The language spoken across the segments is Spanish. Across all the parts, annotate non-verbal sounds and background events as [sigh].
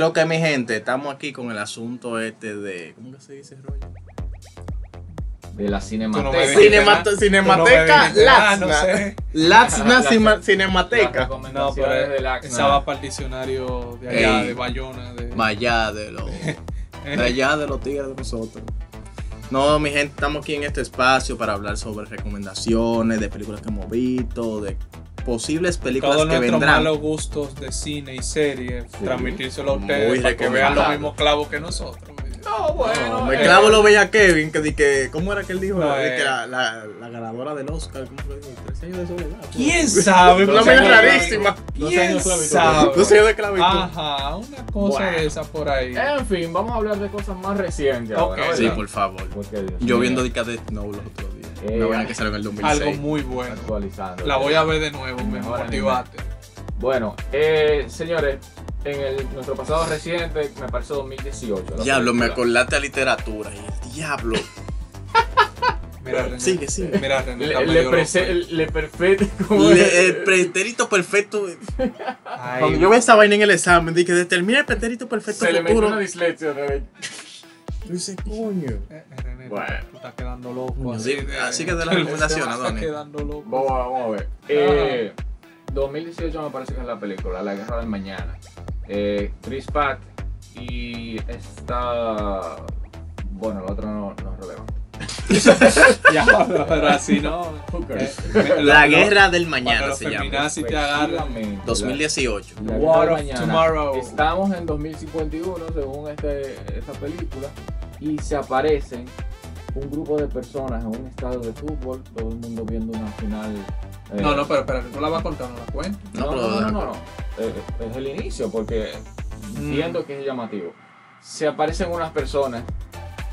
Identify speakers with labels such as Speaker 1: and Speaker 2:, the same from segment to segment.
Speaker 1: lo que mi gente, estamos aquí con el asunto este de. ¿Cómo que se dice rollo?
Speaker 2: Ah,
Speaker 3: De la
Speaker 2: Tú no
Speaker 3: cinemateca. La-
Speaker 2: me ves.
Speaker 1: Cinemate- Cinemateca
Speaker 2: viniste nada,
Speaker 1: Laxna.
Speaker 2: no sé. [laughs]
Speaker 1: Laxna
Speaker 3: La-
Speaker 1: Cima-
Speaker 3: la-
Speaker 1: Cinemateca.
Speaker 2: No,
Speaker 3: recomendaciones
Speaker 2: pero
Speaker 3: de la-
Speaker 2: esa va para el diccionario de allá,
Speaker 1: Ey.
Speaker 2: de Bayona. De...
Speaker 1: Vaya de los. de allá de los tigres de nosotros. No, mi gente, estamos aquí en este espacio para hablar sobre recomendaciones de películas que hemos visto, de posibles películas
Speaker 2: Todos
Speaker 1: que
Speaker 2: nuestros
Speaker 1: vendrán.
Speaker 2: malos gustos de cine y series,
Speaker 1: Sí.
Speaker 2: transmitírselo a
Speaker 1: Muy
Speaker 2: ustedes para que vean los
Speaker 1: recomendable.
Speaker 2: mismos clavos que nosotros.
Speaker 3: No, bueno.
Speaker 1: No, Oh, me
Speaker 3: eh,
Speaker 1: clavo lo veía Kevin, que, di que ¿cómo era que él dijo?
Speaker 2: No,
Speaker 1: De
Speaker 2: eh.
Speaker 1: que la, la- la ganadora del Oscar, ¿cómo fue? Trece años de soledad.
Speaker 2: ¿Quién sabe? Pues,
Speaker 1: Una
Speaker 3: Dos
Speaker 1: vaina
Speaker 3: años de
Speaker 1: rarísima.
Speaker 3: Dos años
Speaker 2: ¿Quién
Speaker 3: de clavitud.
Speaker 2: sabe?
Speaker 1: Dos años de clavitud.
Speaker 2: ah, Ajá, una cosa
Speaker 1: Bueno.
Speaker 2: de esa por ahí.
Speaker 1: Eh,
Speaker 3: En fin, vamos a hablar de cosas más recientes.
Speaker 2: Ok.
Speaker 3: ahora,
Speaker 1: Sí,
Speaker 3: ¿verdad?
Speaker 1: por favor.
Speaker 3: Porque, Dios
Speaker 1: Yo
Speaker 3: mío,
Speaker 1: viendo Decadent No los otros días.
Speaker 3: Eh.
Speaker 1: Una buena que salió en el 2006.
Speaker 2: Algo muy bueno.
Speaker 3: actualizando.
Speaker 2: La voy a ver de nuevo, me
Speaker 3: Mejor anime.
Speaker 2: motivaste.
Speaker 3: Bueno, eh, señores, en el, nuestro pasado reciente, me parece 2018. la
Speaker 1: Diablo, me
Speaker 3: película.
Speaker 1: acordaste a literatura. Y el diablo.
Speaker 2: Mira, René.
Speaker 1: Sigue, sigue.
Speaker 2: Mira, René. está
Speaker 3: Le, le,
Speaker 2: medio
Speaker 3: prese-
Speaker 2: loco.
Speaker 3: le perfecto. ¿cómo es? [laughs]
Speaker 1: Le- el pretérito perfecto.
Speaker 2: Ay,
Speaker 1: Cuando yo veo esa vaina en el examen, dije, determina el pretérito perfecto
Speaker 3: Se le metió
Speaker 1: futuro.
Speaker 3: una dislexia. ¿no?
Speaker 1: Yo hice, coño.
Speaker 2: eh, René,
Speaker 3: Bueno.
Speaker 2: tú estás quedando loco.
Speaker 1: Coño, sí,
Speaker 2: de-
Speaker 1: así que
Speaker 2: [laughs]
Speaker 1: de la
Speaker 2: Estás
Speaker 1: recomendación, Adonis.
Speaker 2: quedando loco.
Speaker 3: Vamos, a- vamos a ver.
Speaker 2: Ah.
Speaker 3: Eh, 2018 me parece que es la película, La Guerra del Mañana. Eh, Chris Pratt y esta... Bueno, la otra no, no es relevante.
Speaker 2: [laughs] Ya, pero así no. Eh, me-
Speaker 1: La
Speaker 2: lo-
Speaker 1: guerra del
Speaker 2: para
Speaker 1: mañana
Speaker 2: los
Speaker 1: se llama.
Speaker 2: feminazis Ah, te agarran.
Speaker 3: Efectivamente, la-
Speaker 1: 2018.
Speaker 3: La
Speaker 2: War
Speaker 3: Guerra
Speaker 2: of
Speaker 3: del
Speaker 2: Tomorrow.
Speaker 3: Estamos en 2051 según este, esta película y se aparecen un grupo de personas en un estadio de fútbol, todo el mundo viendo una final. eh,
Speaker 2: No, no, pero espera, tú la vas a contar, no la cuento.
Speaker 1: No,
Speaker 3: No,
Speaker 1: pero-
Speaker 3: no, no, no, no. Eh, es el inicio, porque
Speaker 1: Mm.
Speaker 3: viendo que es llamativo. Se aparecen unas personas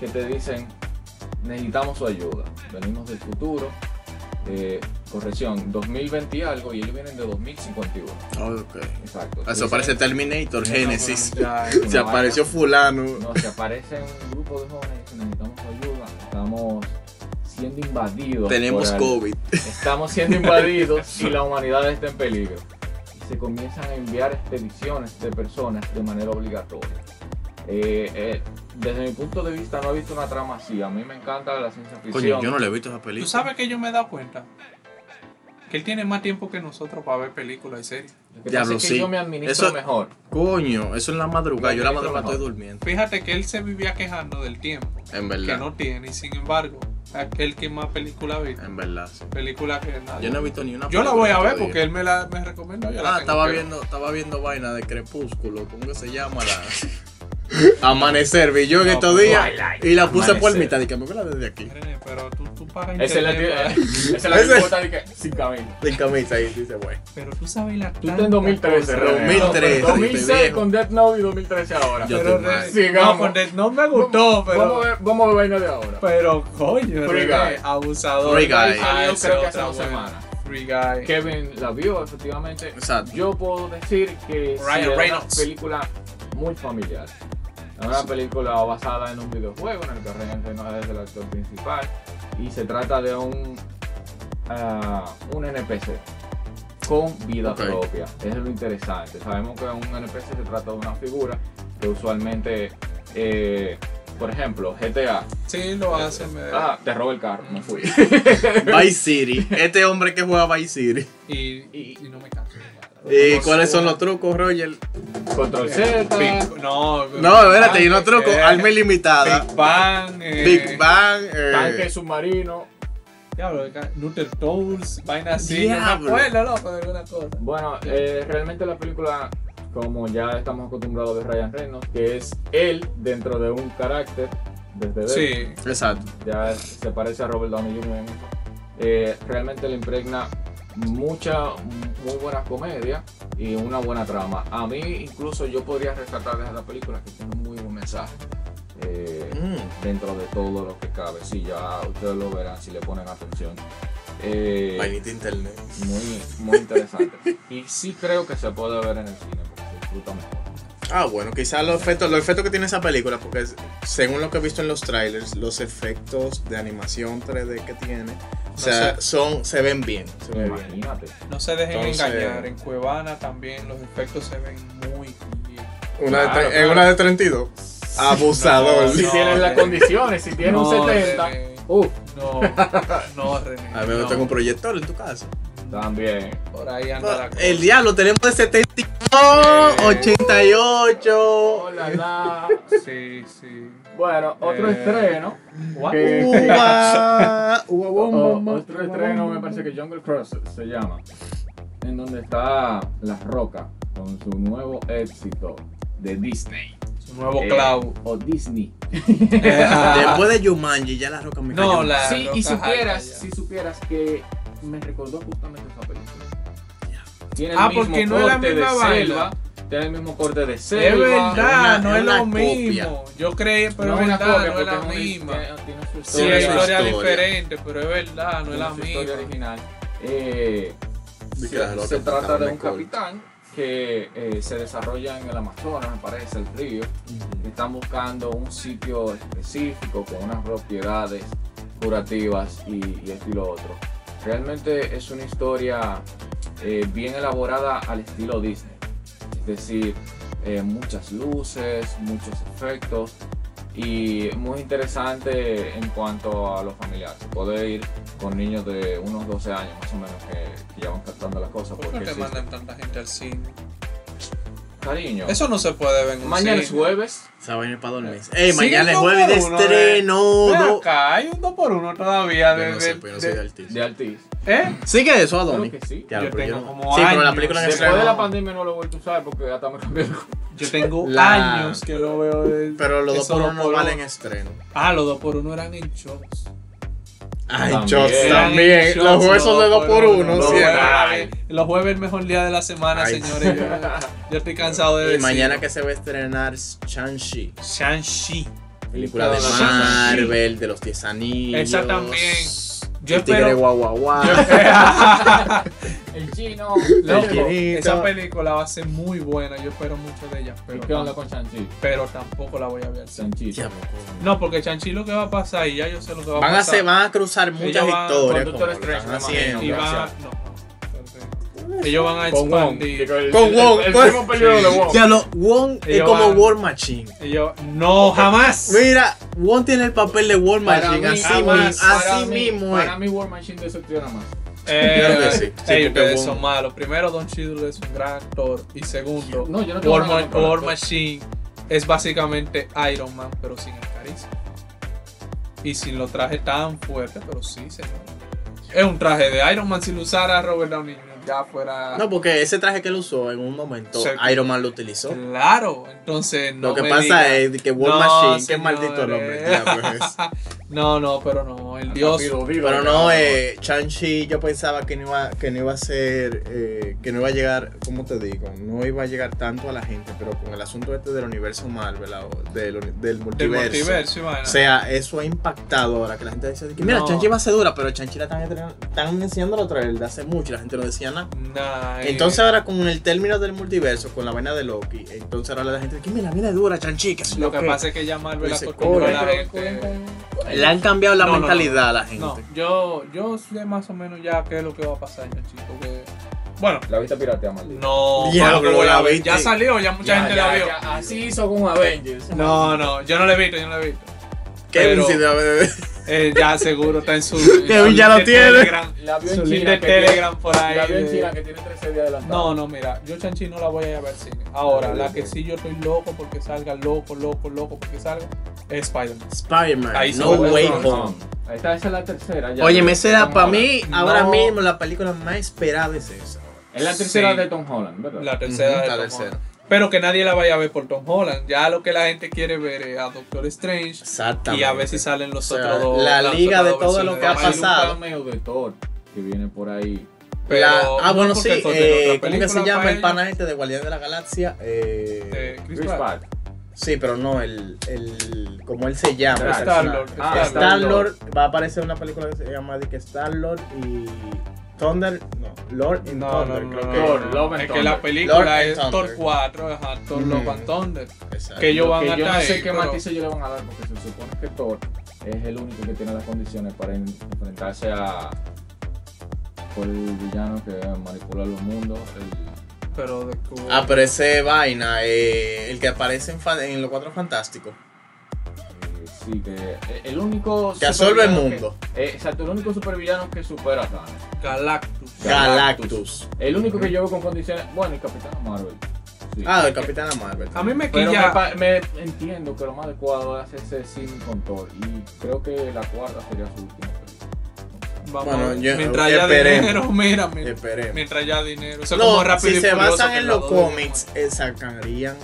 Speaker 3: que te dicen, necesitamos su ayuda, venimos del futuro, eh, corrección, 2020 y algo, y ellos vienen de 2051.
Speaker 1: Ok.
Speaker 3: Exacto. Te
Speaker 1: Eso
Speaker 3: dicen,
Speaker 1: parece Terminator, Genesis. [laughs]
Speaker 2: Ya, eh.
Speaker 3: una
Speaker 1: Se
Speaker 3: vaina.
Speaker 1: apareció fulano.
Speaker 3: No, se aparece un grupo de jóvenes y dicen, necesitamos su ayuda, estamos siendo invadidos.
Speaker 1: Tenemos
Speaker 3: por algo".
Speaker 1: COVID.
Speaker 3: Estamos siendo invadidos y la humanidad está en peligro. Y se comienzan a enviar expediciones de personas de manera obligatoria. Eh, eh, desde mi punto de vista no he visto una trama así. A mí me encanta la ciencia ficción.
Speaker 1: Coño, yo no le he visto esa película.
Speaker 2: Tú sabes que yo me he dado cuenta que él tiene más tiempo que nosotros para ver películas y series.
Speaker 3: Lo que
Speaker 1: Diablo,
Speaker 3: pasa es que
Speaker 1: sí.
Speaker 3: yo me administro
Speaker 1: Eso-
Speaker 3: mejor.
Speaker 1: Coño, eso es la madrugada. Yo la madrugada estoy durmiendo.
Speaker 2: Fíjate que él se vivía quejando del tiempo
Speaker 1: En
Speaker 2: que
Speaker 1: verdad.
Speaker 2: no tiene y sin embargo, aquel que más películas ve,
Speaker 1: En verdad. sí.
Speaker 2: películas que nada.
Speaker 1: Em, Yo no he visto ni una.
Speaker 2: Yo la voy a ver
Speaker 1: película
Speaker 2: porque él me la me recomendó. yo la
Speaker 1: Ah,
Speaker 2: tengo
Speaker 1: estaba
Speaker 2: que ver.
Speaker 1: viendo, estaba viendo vaina de crepúsculo, ¿cómo que se llama la? [laughs] Amanecer, vi yo en
Speaker 2: No,
Speaker 1: estos
Speaker 2: pues,
Speaker 1: días
Speaker 3: Twilight.
Speaker 1: y la puse por
Speaker 3: Amanecer.
Speaker 1: mitad y que me voy a la desde aquí.
Speaker 2: René, pero tú, tú pagas
Speaker 3: Esa es la
Speaker 2: internet,
Speaker 3: tía- [laughs] eh,
Speaker 2: ¿verdad?
Speaker 3: esa es la
Speaker 1: Ese-
Speaker 3: respuesta de que sin camino.
Speaker 1: Sin camisa y dice, güey.
Speaker 2: Pero tú sabes la
Speaker 3: Tú estás en 2013,
Speaker 1: cosa.
Speaker 3: René.
Speaker 1: 2013,
Speaker 3: 2006
Speaker 1: viejo.
Speaker 3: con Death Note y 2013 ahora.
Speaker 1: Yo
Speaker 2: Pero
Speaker 1: te-
Speaker 2: René,
Speaker 3: Sigamos.
Speaker 2: no, porque no me gustó, pero.
Speaker 3: Vamos a ver, vamos a ver vaina de ahora.
Speaker 2: Pero coño,
Speaker 3: Free
Speaker 2: René,
Speaker 3: Guy.
Speaker 2: abusador.
Speaker 1: Free Guy.
Speaker 3: Ah, yo
Speaker 2: esa
Speaker 3: creo que
Speaker 2: otra
Speaker 3: hace dos
Speaker 2: buena.
Speaker 3: semanas.
Speaker 2: Free Guy.
Speaker 3: Kevin la vio, efectivamente.
Speaker 1: Exacto.
Speaker 3: Yo puedo decir que sí,
Speaker 2: Ryan
Speaker 3: era
Speaker 2: Reynolds.
Speaker 3: una película muy familiar. Es una película basada en un videojuego en el que Ryan Reynolds es el actor principal y se trata de un, ah, un NPC con vida
Speaker 1: Ok.
Speaker 3: propia. Eso es lo interesante. Sabemos que un NPC se trata de una figura que usualmente, eh, por ejemplo, GTA,
Speaker 2: Sí, lo hace. me-
Speaker 3: ah, te roba el carro, no
Speaker 2: [laughs]
Speaker 3: fui.
Speaker 1: Vice City, este hombre que juega Vice City.
Speaker 2: Y, y,
Speaker 3: y-
Speaker 2: no me canso.
Speaker 1: ¿Y cuáles son los trucos, Roger?
Speaker 3: Control Z,
Speaker 2: Big- no,
Speaker 1: No, espérate, y no trucos,
Speaker 2: eh,
Speaker 1: arma ilimitada.
Speaker 2: Big Bang. eh,
Speaker 1: Big Bang, eh,
Speaker 3: tanque submarino.
Speaker 2: Diablo, Nutter Tools, vaina así.
Speaker 1: Diablo.
Speaker 2: Yo me acuerdo, loco, de alguna cosa.
Speaker 3: Bueno, eh, realmente la película, como ya estamos acostumbrados de Ryan Reynolds, que es él dentro de un carácter, desde él,
Speaker 2: Sí.
Speaker 1: Exacto.
Speaker 3: ya se parece a Robert Downey Jr. en eso, eh, realmente le impregna mucha, muy buena comedia y una buena trama. A mí incluso yo podría rescatar de la película que tiene un muy buen mensaje. eh,
Speaker 1: Mm,
Speaker 3: dentro de todo lo que cabe, si ya ustedes lo verán, si le ponen atención. Eh,
Speaker 1: vainita internet.
Speaker 3: muy, muy interesante. [laughs] Y sí creo que se puede ver en el cine, porque se disfruta mejor.
Speaker 1: Ah, bueno, quizás los efectos, los efectos que tiene esa película, porque es- según lo que he visto en los trailers, los efectos de animación 3D que tiene, o sea,
Speaker 2: sé.
Speaker 1: son, se ven bien. Se ven bien.
Speaker 3: Imagínate.
Speaker 2: No se dejen
Speaker 1: Entonces-
Speaker 2: engañar, en Cuevana también los efectos se ven muy bien.
Speaker 1: Una de
Speaker 3: Claro,
Speaker 1: tre-
Speaker 3: claro.
Speaker 1: En una de 32. Abusador.
Speaker 3: Si
Speaker 2: No,
Speaker 3: tienes las
Speaker 2: no.
Speaker 3: condiciones, si tienes
Speaker 2: No,
Speaker 3: un 70.
Speaker 2: René.
Speaker 3: eh, Uh,
Speaker 2: No, no, René.
Speaker 1: A mí me
Speaker 2: no.
Speaker 1: tengo un proyector en tu casa.
Speaker 3: también.
Speaker 2: Por ahí anda
Speaker 3: Ah,
Speaker 2: la cosa.
Speaker 1: El diablo, tenemos de 72, 88.
Speaker 3: Hola, la.
Speaker 2: Sí, sí.
Speaker 3: Bueno, otro
Speaker 2: Eh,
Speaker 3: estreno.
Speaker 2: What?
Speaker 3: que-
Speaker 1: Uva, uva,
Speaker 3: O-
Speaker 1: bomba,
Speaker 3: Oh, otro estreno me parece que Jungle Cross se llama. En donde está La Roca con su nuevo éxito de Disney.
Speaker 2: Su nuevo
Speaker 3: Eh, [laughs]
Speaker 2: clau.
Speaker 3: O Disney.
Speaker 1: Después de Jumanji, ya la roca me
Speaker 2: No,
Speaker 1: cayó.
Speaker 2: la-
Speaker 3: sí,
Speaker 2: Roca
Speaker 3: y supieras,
Speaker 2: Jaya.
Speaker 3: si supieras que me recordó justamente esa película. Tiene
Speaker 2: Ah, porque no es la
Speaker 3: corte de
Speaker 2: misma
Speaker 3: selva,
Speaker 2: vaina.
Speaker 3: Tiene el mismo corte de selva.
Speaker 2: [laughs] Es verdad,
Speaker 1: una-
Speaker 2: no
Speaker 1: es
Speaker 2: es lo
Speaker 1: una copia.
Speaker 2: mismo. Yo creí, pero
Speaker 3: No
Speaker 2: es
Speaker 3: una
Speaker 2: verdad,
Speaker 3: copia,
Speaker 2: no es la
Speaker 3: porque es una-
Speaker 2: misma.
Speaker 3: tiene su
Speaker 2: Sí,
Speaker 1: Tiene
Speaker 2: hay
Speaker 1: su
Speaker 3: historia.
Speaker 2: historia
Speaker 1: historia.
Speaker 2: diferente, pero es verdad, no es la
Speaker 3: Tiene su historia
Speaker 2: misma.
Speaker 3: original. Eh,
Speaker 1: De que la
Speaker 3: se,
Speaker 1: loca
Speaker 3: se
Speaker 1: estaba
Speaker 3: trata de
Speaker 1: en
Speaker 3: un
Speaker 1: corte.
Speaker 3: capitán que eh, se desarrolla en el Amazonas, me parece, el río. que Están buscando un sitio específico con unas propiedades curativas y, y esto y lo otro. Realmente es una historia eh, bien elaborada al estilo Disney. Es decir, eh, muchas luces, muchos efectos y muy interesante en cuanto a los familiares. Puede ir con niños de unos 12 años más o menos que, que ya van captando las cosas.
Speaker 2: ¿Por qué
Speaker 3: Porque
Speaker 2: no te
Speaker 3: sí,
Speaker 2: mandan tanta gente al cine?
Speaker 3: cariño,
Speaker 2: Eso no se puede ver en un
Speaker 3: mañana es
Speaker 2: cine.
Speaker 3: jueves.
Speaker 1: Esa vaina es para dormir.
Speaker 2: Eh,
Speaker 1: Ey,
Speaker 2: sí,
Speaker 1: mañana es
Speaker 2: no,
Speaker 1: jueves de
Speaker 2: uno, eh.
Speaker 1: estreno.
Speaker 2: Ven
Speaker 1: no.
Speaker 2: acá, hay un 2 por 1 todavía.
Speaker 1: Yo
Speaker 2: de-
Speaker 1: no
Speaker 2: de-
Speaker 1: sé, pero yo no soy de
Speaker 2: de-
Speaker 1: artista.
Speaker 3: de Altiz.
Speaker 2: ¿Eh?
Speaker 1: Sigue eso, Adonis.
Speaker 3: Creo que sí.
Speaker 1: Ya,
Speaker 2: Yo
Speaker 1: pero
Speaker 2: tengo
Speaker 1: no-
Speaker 2: como
Speaker 1: Sí, pero la
Speaker 2: años.
Speaker 1: película en
Speaker 2: Después
Speaker 3: Después de la
Speaker 1: estreno.
Speaker 3: pandemia no lo he vuelto a usar porque ya está me cambié. [laughs]
Speaker 2: Yo tengo
Speaker 1: La-
Speaker 2: años que lo veo. de-
Speaker 1: Pero los dos
Speaker 2: esos
Speaker 1: por uno no
Speaker 2: por
Speaker 1: valen
Speaker 2: uno.
Speaker 1: estreno.
Speaker 2: Ah, los 2 por 1 eran en shows.
Speaker 1: Ay,
Speaker 3: También.
Speaker 1: Chops, Eh, también.
Speaker 2: Shots,
Speaker 1: Los huesos de dos
Speaker 2: loco,
Speaker 1: por uno.
Speaker 2: Los
Speaker 3: loco.
Speaker 1: sí.
Speaker 2: jueves,
Speaker 3: Ay.
Speaker 2: los jueves el mejor día de la semana,
Speaker 1: Ay,
Speaker 2: señores.
Speaker 1: sí.
Speaker 2: Yo, yo estoy cansado de
Speaker 1: Y
Speaker 2: decirlo.
Speaker 1: mañana que se va a estrenar Shang-Chi.
Speaker 2: Shang-Chi.
Speaker 1: Película de
Speaker 3: Shang-Chi.
Speaker 1: Marvel, de los 10 anillos.
Speaker 2: Esa también. Yo
Speaker 1: el tigre
Speaker 2: espero-
Speaker 1: guau guau guau. [laughs]
Speaker 3: El chino.
Speaker 1: El
Speaker 2: Loco,
Speaker 1: chinito.
Speaker 2: esa película va a ser muy buena. Yo espero mucho de ella. Pero,
Speaker 3: ¿Qué onda
Speaker 2: tam-
Speaker 3: con Shang-Chi?
Speaker 2: pero tampoco la voy a ver.
Speaker 3: Shang-Chi.
Speaker 1: Ya, moco.
Speaker 2: No, porque Chanchi lo que va a pasar y ya yo sé lo que va
Speaker 1: Van
Speaker 2: a
Speaker 1: a,
Speaker 2: pasar.
Speaker 1: hacer- van a cruzar muchas
Speaker 2: van-
Speaker 1: historias.
Speaker 3: con
Speaker 1: como
Speaker 3: Doctor
Speaker 1: lo están
Speaker 3: Strange, me
Speaker 1: haciendo.
Speaker 2: y
Speaker 3: imagino.
Speaker 2: van a... No, no, no, Ellos van a
Speaker 3: Con Wong.
Speaker 2: expandir.
Speaker 1: Con Wong. pues.
Speaker 3: El primo peligro de Wong.
Speaker 1: Ya lo, Wong es
Speaker 2: Ellos
Speaker 1: como
Speaker 2: van-
Speaker 1: War Machine.
Speaker 2: Ellos... No, jamás.
Speaker 1: Mira, Wong tiene el papel de War
Speaker 3: Para
Speaker 1: Machine.
Speaker 3: mí,
Speaker 1: así
Speaker 3: para
Speaker 1: mi-
Speaker 3: mí,
Speaker 1: así
Speaker 3: para mí,
Speaker 1: mismo es.
Speaker 3: Para mí, War Machine decepciona más.
Speaker 2: Eh,
Speaker 1: Claro que sí. Sí,
Speaker 2: ey,
Speaker 1: porque
Speaker 2: ustedes
Speaker 1: Wong-
Speaker 2: son malos. Primero, Don Cheadle es un gran actor. Y segundo,
Speaker 3: No, yo no tengo
Speaker 2: War,
Speaker 3: nada
Speaker 2: Ma-
Speaker 3: contra el
Speaker 2: War
Speaker 3: actor.
Speaker 2: Machine es básicamente Iron Man, pero sin el carisma. Y sin los trajes tan fuertes, pero sí, señor. Es un traje de Iron Man si lo usara Robert Downey Jr. ya fuera.
Speaker 1: No, porque ese traje que él usó en un momento,
Speaker 2: Sí.
Speaker 1: Iron Man lo utilizó.
Speaker 2: claro, entonces no.
Speaker 1: lo que
Speaker 2: me
Speaker 1: pasa
Speaker 2: diga-
Speaker 1: es que War
Speaker 2: No,
Speaker 1: Machine, qué
Speaker 2: señores.
Speaker 1: maldito nombre. diablo
Speaker 3: [laughs]
Speaker 1: es.
Speaker 2: [laughs] No, no, pero no. El dios.
Speaker 3: Rápido, vivo,
Speaker 1: Pero no,
Speaker 3: ya.
Speaker 1: eh, Shang-Chi yo pensaba que no iba, que no iba a ser, eh, que no iba a llegar, ¿cómo te digo? No iba a llegar tanto a la gente, pero con el asunto este del universo Marvel, o del, uni- del
Speaker 2: Del
Speaker 1: multiverso.
Speaker 2: multiverso, imagina.
Speaker 1: O sea, eso ha impactado ahora que la gente dice de que mira,
Speaker 2: No.
Speaker 1: Shang-Chi va a ser dura, pero Shang-Chi la están, entren- están enseñando la otra vez, de hace mucho, y la gente no decía nada.
Speaker 2: Nah, eh,
Speaker 1: Entonces ahora con el término del multiverso, con la vaina de Loki, entonces ahora la gente dice que mira, mira, es dura Shang-Chi, que es
Speaker 2: Lo que pasa es que ya Marvel
Speaker 1: Dice,
Speaker 2: acostumbró a la
Speaker 1: "Corre".
Speaker 2: gente.
Speaker 1: Le han cambiado la
Speaker 2: No, no, no.
Speaker 1: mentalidad a la gente.
Speaker 2: No, yo, yo sé más o menos ya qué es lo que va a pasar, ya, chico. Que... Bueno,
Speaker 3: La vista piratea, maldito.
Speaker 2: no,
Speaker 1: Diablo,
Speaker 2: pero que voy a
Speaker 1: la
Speaker 2: ver.
Speaker 1: viste.
Speaker 2: ya salió, ya mucha
Speaker 3: Ya,
Speaker 2: gente
Speaker 3: ya,
Speaker 2: la vio.
Speaker 3: ya, Así hizo con Avengers.
Speaker 2: No, no, yo no la he visto, yo no la he visto.
Speaker 1: Kevin,
Speaker 2: Pero-
Speaker 1: sí, debe de-
Speaker 2: Eh, ya seguro está en [laughs] su.
Speaker 1: Kevin ya
Speaker 2: su
Speaker 1: lo
Speaker 2: link de
Speaker 1: tiene.
Speaker 2: Telegram,
Speaker 3: La vio
Speaker 2: su
Speaker 3: en
Speaker 2: link de
Speaker 3: China. que
Speaker 2: Telegram por
Speaker 3: tiene- La vio en
Speaker 2: ahí.
Speaker 3: China
Speaker 2: de-
Speaker 3: que tiene 13 días adelantados.
Speaker 2: No, no, mira, yo Chanchi no la voy a ir a ver al cine. Ahora, la que
Speaker 3: Ok.
Speaker 2: sí yo estoy loco porque salga, loco, loco, loco porque salga, es Spider-Man.
Speaker 1: [laughs] Spider-Man,
Speaker 2: Ahí se
Speaker 1: No
Speaker 2: vuelve
Speaker 1: Way
Speaker 2: Tom
Speaker 1: Home.
Speaker 3: Ahí está, esa es la tercera. ya.
Speaker 1: Oye, me será
Speaker 3: Tom
Speaker 1: para
Speaker 3: Holland.
Speaker 1: mí ahora
Speaker 2: No.
Speaker 1: mismo la película más esperada es esa.
Speaker 3: Es la tercera
Speaker 2: Sí.
Speaker 3: de Tom Holland, ¿verdad?
Speaker 2: La tercera
Speaker 1: Ujú,
Speaker 2: de
Speaker 1: la
Speaker 2: Tom
Speaker 1: tercera.
Speaker 2: Holland. Pero que nadie la vaya a ver por Tom Holland. Ya lo que la gente quiere ver es a Doctor Strange.
Speaker 1: Exactamente.
Speaker 2: Y a ver si salen los
Speaker 1: O sea,
Speaker 2: otros dos.
Speaker 1: la
Speaker 2: las
Speaker 1: liga
Speaker 2: otras
Speaker 1: de
Speaker 2: dos
Speaker 1: todo
Speaker 2: versiones
Speaker 1: lo
Speaker 2: de
Speaker 1: que ha
Speaker 3: Hay
Speaker 2: Marvel.
Speaker 3: un
Speaker 1: pasado.
Speaker 3: cameo de Thor que viene por ahí.
Speaker 2: Pero
Speaker 1: La- ah,
Speaker 2: no
Speaker 1: bueno,
Speaker 2: porque
Speaker 1: sí.
Speaker 2: Thor tiene otra
Speaker 1: eh, ¿Cómo que se
Speaker 2: película pues.
Speaker 1: llama
Speaker 2: para
Speaker 1: el
Speaker 2: ello.
Speaker 1: pana este de Guardián de la Galaxia? Eh,
Speaker 2: Eh, Chris
Speaker 3: Chris
Speaker 2: Pratt.
Speaker 3: Pratt.
Speaker 1: sí, pero no, el, el. ¿Cómo él se llama?
Speaker 3: Drax.
Speaker 2: Star-Lord,
Speaker 1: Ah,
Speaker 3: Star-Lord.
Speaker 1: Star-Lord. Va a aparecer una película que se llama de que Star-Lord y. Thunder. No, Lord y
Speaker 2: No, no,
Speaker 1: Thunder,
Speaker 2: no,
Speaker 1: creo
Speaker 2: no,
Speaker 1: que.
Speaker 3: Thor,
Speaker 2: no.
Speaker 3: Love and
Speaker 2: Es que
Speaker 3: Thunder.
Speaker 2: la película
Speaker 1: Lord and
Speaker 2: es
Speaker 1: Thunder.
Speaker 2: Thor 4, ajá, Thor
Speaker 1: Mm.
Speaker 2: Love and Thunder.
Speaker 1: Exacto.
Speaker 2: Que ellos van
Speaker 3: Que
Speaker 2: a
Speaker 3: yo no
Speaker 2: estar
Speaker 3: sé
Speaker 2: ahí,
Speaker 3: qué
Speaker 2: pero-
Speaker 3: matices ellos le van a dar porque se supone que Thor es el único que tiene las condiciones para en- enfrentarse a por el villano que manipula los mundos, el
Speaker 2: pero de que hubo-
Speaker 1: Ah, pero ese vaina, eh, el que aparece en, fa- en Los Cuatro Fantásticos.
Speaker 3: Eh, Sí, que eh, el único.
Speaker 1: Que absorbe el
Speaker 3: supervillano
Speaker 1: mundo.
Speaker 3: que- eh, exacto, el único supervillano que supera a Thanos.
Speaker 2: Galactus.
Speaker 1: Galactus.
Speaker 3: El único que llevo con condiciones. Bueno, el Capitán Marvel. Sí.
Speaker 1: Ah, del Capitán Marvel.
Speaker 2: A mí me
Speaker 3: Pero me,
Speaker 2: quilla.
Speaker 3: pa- me entiendo que lo más adecuado es ese sin control. Y creo que la cuarta sería su última película.
Speaker 2: Vamos,
Speaker 1: Bueno, yo-
Speaker 2: mientras haya
Speaker 1: esperemos.
Speaker 2: dinero, [laughs] mira, mi-
Speaker 1: Esperemos.
Speaker 2: mientras haya dinero. Eso es como
Speaker 1: No,
Speaker 2: rápido
Speaker 1: si
Speaker 2: y
Speaker 1: se
Speaker 2: Furioso,
Speaker 1: basan
Speaker 2: que
Speaker 1: en
Speaker 2: la
Speaker 1: los
Speaker 2: dos de-
Speaker 1: cómics, eh, sacarían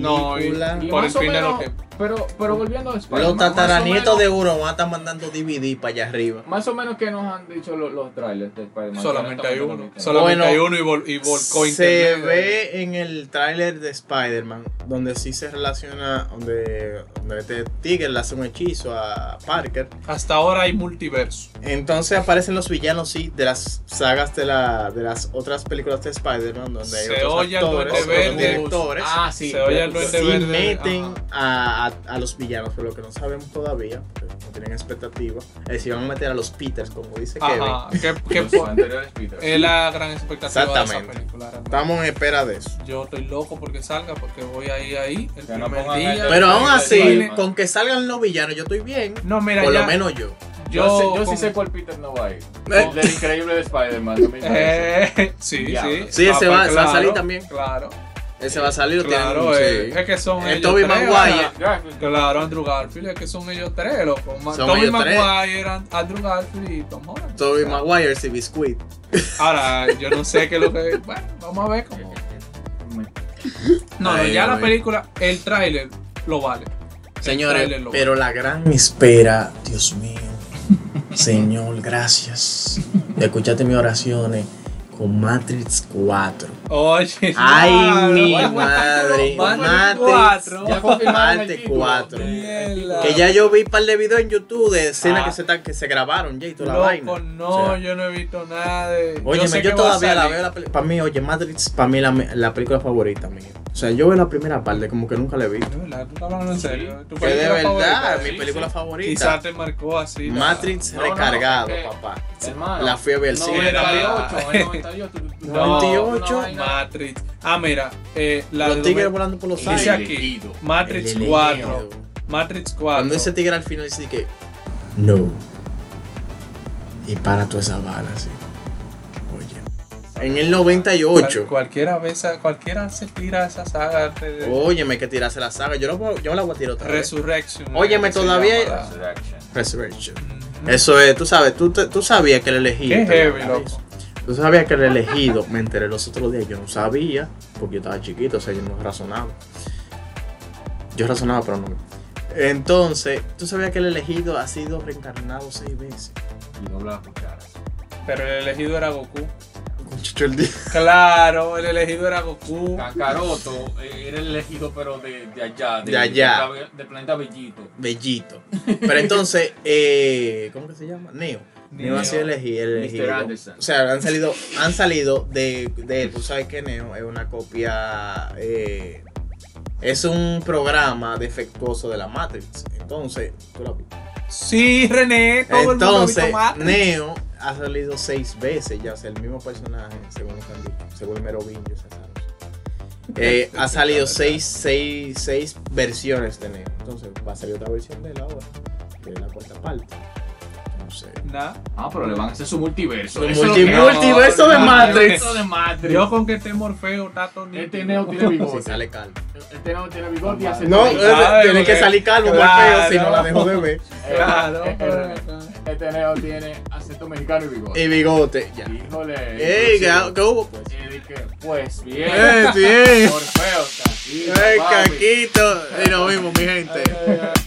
Speaker 2: No, y-
Speaker 1: películas.
Speaker 3: Y
Speaker 2: Por
Speaker 3: más
Speaker 2: el
Speaker 3: o
Speaker 2: fin de lo
Speaker 3: menos,
Speaker 2: que-
Speaker 3: pero, pero volviendo a Spider-Man.
Speaker 1: Los
Speaker 3: más o
Speaker 1: tataranietos de
Speaker 3: menos-
Speaker 1: Urobá están mandando DVD para allá arriba.
Speaker 3: Más o menos que nos han dicho los, los trailers de Spider-Man.
Speaker 2: Solamente hay uno.
Speaker 3: Honestamente,
Speaker 2: Solamente
Speaker 1: Bueno,
Speaker 2: hay uno y, vol- y volcó
Speaker 1: Se
Speaker 2: internet.
Speaker 1: ve en el tráiler de Spider-Man, donde sí se relaciona, donde, donde este Tigger le hace un hechizo a Parker.
Speaker 2: Hasta ahora hay multiverso.
Speaker 1: Entonces aparecen los villanos, sí, de las sagas de, la, de las otras películas de Spider-Man, donde hay
Speaker 2: Se
Speaker 1: otros
Speaker 2: oye al
Speaker 1: actores,
Speaker 2: Duende
Speaker 1: otros
Speaker 2: Verde.
Speaker 1: directores.
Speaker 3: Ah, sí.
Speaker 2: Se oye el
Speaker 3: ya tú
Speaker 2: duende
Speaker 1: Sí
Speaker 3: sabes.
Speaker 2: verde.
Speaker 1: meten
Speaker 2: ajá.
Speaker 1: a, a- a los villanos, pero lo que no sabemos todavía, porque no tienen expectativa, es si van a meter a los Peters, como dice Kevin.
Speaker 2: Ajá. ¿Qué, qué
Speaker 3: Los
Speaker 2: po-
Speaker 3: anteriores Peter.
Speaker 2: es la gran expectativa de esa
Speaker 1: Exactamente.
Speaker 2: película. realmente.
Speaker 1: Estamos en espera de eso.
Speaker 2: Yo estoy loco porque salga, porque voy ahí, ahí, el
Speaker 3: Que no
Speaker 2: primer
Speaker 3: pongan
Speaker 2: día.
Speaker 3: el-
Speaker 1: Pero aún así,
Speaker 3: Spider-Man.
Speaker 1: con que salgan los villanos, yo estoy bien.
Speaker 2: no, mira,
Speaker 1: Por
Speaker 2: ya,
Speaker 1: lo menos yo.
Speaker 3: Yo, sé- yo
Speaker 2: con-
Speaker 3: sí sé cuál Peter no va a ir.
Speaker 1: Eh.
Speaker 3: El del increíble de Spider-Man. no me interesa.
Speaker 2: Eh, [laughs] sí,
Speaker 3: Ya.
Speaker 2: sí.
Speaker 1: Sí, ese
Speaker 2: Ah,
Speaker 1: va-
Speaker 2: pues,
Speaker 1: se va a salir
Speaker 2: claro,
Speaker 1: también.
Speaker 2: Claro,
Speaker 1: Ese va a salir, lo
Speaker 2: claro.
Speaker 1: tienen-
Speaker 2: eh,
Speaker 1: sí.
Speaker 2: Es que son
Speaker 1: El
Speaker 2: ellos
Speaker 1: Tobey
Speaker 2: tres,
Speaker 1: Maguire.
Speaker 2: ¿verdad? Claro, Andrew Garfield, es que son ellos tres, loco. Ma-
Speaker 1: Son
Speaker 2: Tobey
Speaker 1: ellos tres.
Speaker 2: Maguire, And- Andrew Garfield y Tom Holland.
Speaker 1: Tobey
Speaker 2: O sea,
Speaker 1: Maguire y Biscuit.
Speaker 2: Ahora, yo no sé qué es lo que. Bueno, vamos a ver cómo. No, no,
Speaker 1: Ay,
Speaker 2: ya la
Speaker 1: ay.
Speaker 2: película, el tráiler lo vale. El tráiler
Speaker 1: Señores,
Speaker 2: lo
Speaker 1: pero la gran espera, Dios
Speaker 2: [laughs]
Speaker 1: mío. Señor, gracias. Escuchaste mis oraciones con Matrix 4.
Speaker 2: vale. Oye,
Speaker 1: Ay,
Speaker 2: claro.
Speaker 1: mi
Speaker 2: Bueno,
Speaker 1: madre.
Speaker 2: Matrix
Speaker 1: Matrix
Speaker 2: cuatro.
Speaker 3: Ya confirmaron el
Speaker 1: Parte
Speaker 3: título.
Speaker 1: cuatro.
Speaker 2: Mierda.
Speaker 1: Que ya yo vi un par de videos en YouTube de escenas
Speaker 2: Ah.
Speaker 1: que, se tan- que se grabaron, ya y toda la
Speaker 2: Loco,
Speaker 1: vaina.
Speaker 2: no,
Speaker 1: O sea,
Speaker 2: yo no he visto nada de.
Speaker 1: Oye,
Speaker 2: sé
Speaker 1: yo,
Speaker 2: que va a
Speaker 1: todavía la
Speaker 2: salir.
Speaker 1: veo la película. Para mí, oye, Matrix, para mí la, la película favorita mía. O sea, yo veo la primera parte, como que nunca la vi.
Speaker 2: De verdad, tú estás hablando en serio. ¿Tu
Speaker 1: Que de
Speaker 2: película
Speaker 1: verdad,
Speaker 2: favorita?
Speaker 1: mi
Speaker 3: sí,
Speaker 1: película favorita.
Speaker 2: Quizás te marcó así. la-
Speaker 1: Matrix
Speaker 3: No, no,
Speaker 1: recargado,
Speaker 3: ok.
Speaker 1: papá.
Speaker 3: Hermano,
Speaker 1: La fui a ver al cine.
Speaker 3: 98, el 98. tú-
Speaker 1: No,
Speaker 3: tú- una
Speaker 1: 98,
Speaker 3: vaina-
Speaker 2: Matrix. Ah, mira, eh, la
Speaker 1: Los
Speaker 2: de
Speaker 1: tigres
Speaker 2: Domen-
Speaker 1: volando por los
Speaker 2: Dice
Speaker 1: aires.
Speaker 2: aquí,
Speaker 3: elegido.
Speaker 2: Matrix
Speaker 1: El
Speaker 2: 4.
Speaker 1: elegido.
Speaker 2: Matrix 4.
Speaker 1: Cuando ese tigre al final dice que. No. Y para toda esa bala, sí. Oye. En el 98.
Speaker 2: Cual- cualquiera, ve esa- cualquiera se tira esa saga antes de
Speaker 1: Óyeme, que tirase la saga. Yo, no, puedo- yo me la voy a tirar otra vez.
Speaker 2: Resurrection.
Speaker 1: Óyeme,
Speaker 2: que se
Speaker 1: todavía-
Speaker 2: llama la-
Speaker 3: Resurrection.
Speaker 1: Resurrection.
Speaker 2: Mm.
Speaker 1: Eso es, tú sabes, tú, te- tú sabías que el elegido. te
Speaker 2: Qué
Speaker 1: iba a
Speaker 2: heavy,
Speaker 1: ganar
Speaker 2: loco.
Speaker 1: eso. Tú sabías que el elegido, me enteré los otros días, yo no sabía, porque yo estaba chiquito, o sea, yo no razonaba. Yo razonaba, pero no. Entonces, tú sabías que el elegido ha sido reencarnado seis veces.
Speaker 3: Y dobla las cucharas.
Speaker 2: Pero el elegido era Goku.
Speaker 1: Muchacho, el día.
Speaker 2: Claro, el elegido era Goku.
Speaker 3: Kakaroto eh, era el elegido, pero de, de allá.
Speaker 1: De allá.
Speaker 3: De, de planeta Bellito.
Speaker 1: Bellito. Pero entonces, eh, ¿cómo que se llama? Neo. Neo ha sido elegi- el elegido.
Speaker 3: Mr. Anderson.
Speaker 1: O sea, han salido, han salido de, de él. Tú sabes que Neo es una copia. eh, es un programa defectuoso de la Matrix. Entonces, tú la-
Speaker 2: Sí, René, todo el mundo ha visto
Speaker 1: entonces
Speaker 2: Matrix.
Speaker 1: Neo ha salido seis veces ya. O sea, el mismo personaje, según lo que han dicho, según el Merovingio, se sabe. Eh, ha salido seis, seis, seis versiones de Neo. Entonces, va a salir otra versión de él ahora, que es la cuarta parte. No sé.
Speaker 2: Nah.
Speaker 3: Ah, pero le van a hacer su multiverso.
Speaker 1: Su
Speaker 3: Eso es lo
Speaker 1: multi-
Speaker 3: que-
Speaker 1: multiverso
Speaker 2: de
Speaker 3: el
Speaker 2: Matrix.
Speaker 3: multiverso de Matrix.
Speaker 2: Yo con que esté Morfeo, Tato ni.
Speaker 3: Este Neo tiene
Speaker 1: Si
Speaker 3: bigote.
Speaker 1: sale calmo.
Speaker 3: Este Neo tiene bigote y hace
Speaker 1: No,
Speaker 3: todo.
Speaker 2: eh, Ay,
Speaker 1: tiene
Speaker 2: porque-
Speaker 1: que salir calvo,
Speaker 2: Claro.
Speaker 1: porque yo si no la dejo de ver.
Speaker 2: [laughs] Claro.
Speaker 3: Eh, eh, eh, Este Neo tiene acento mexicano y
Speaker 1: [laughs]
Speaker 3: bigote.
Speaker 1: Y bigote, ya.
Speaker 3: Híjole.
Speaker 1: Ey, ¿qué,
Speaker 3: inclusive.
Speaker 1: qué [laughs] hubo? pues?
Speaker 3: Y dije, pues bien.
Speaker 1: Eh, bien.
Speaker 3: Morfeo, tranquilo,
Speaker 1: Ey,
Speaker 3: papi.
Speaker 1: caquito. Y nos vimos, mi gente.
Speaker 3: Ay, ay, ay.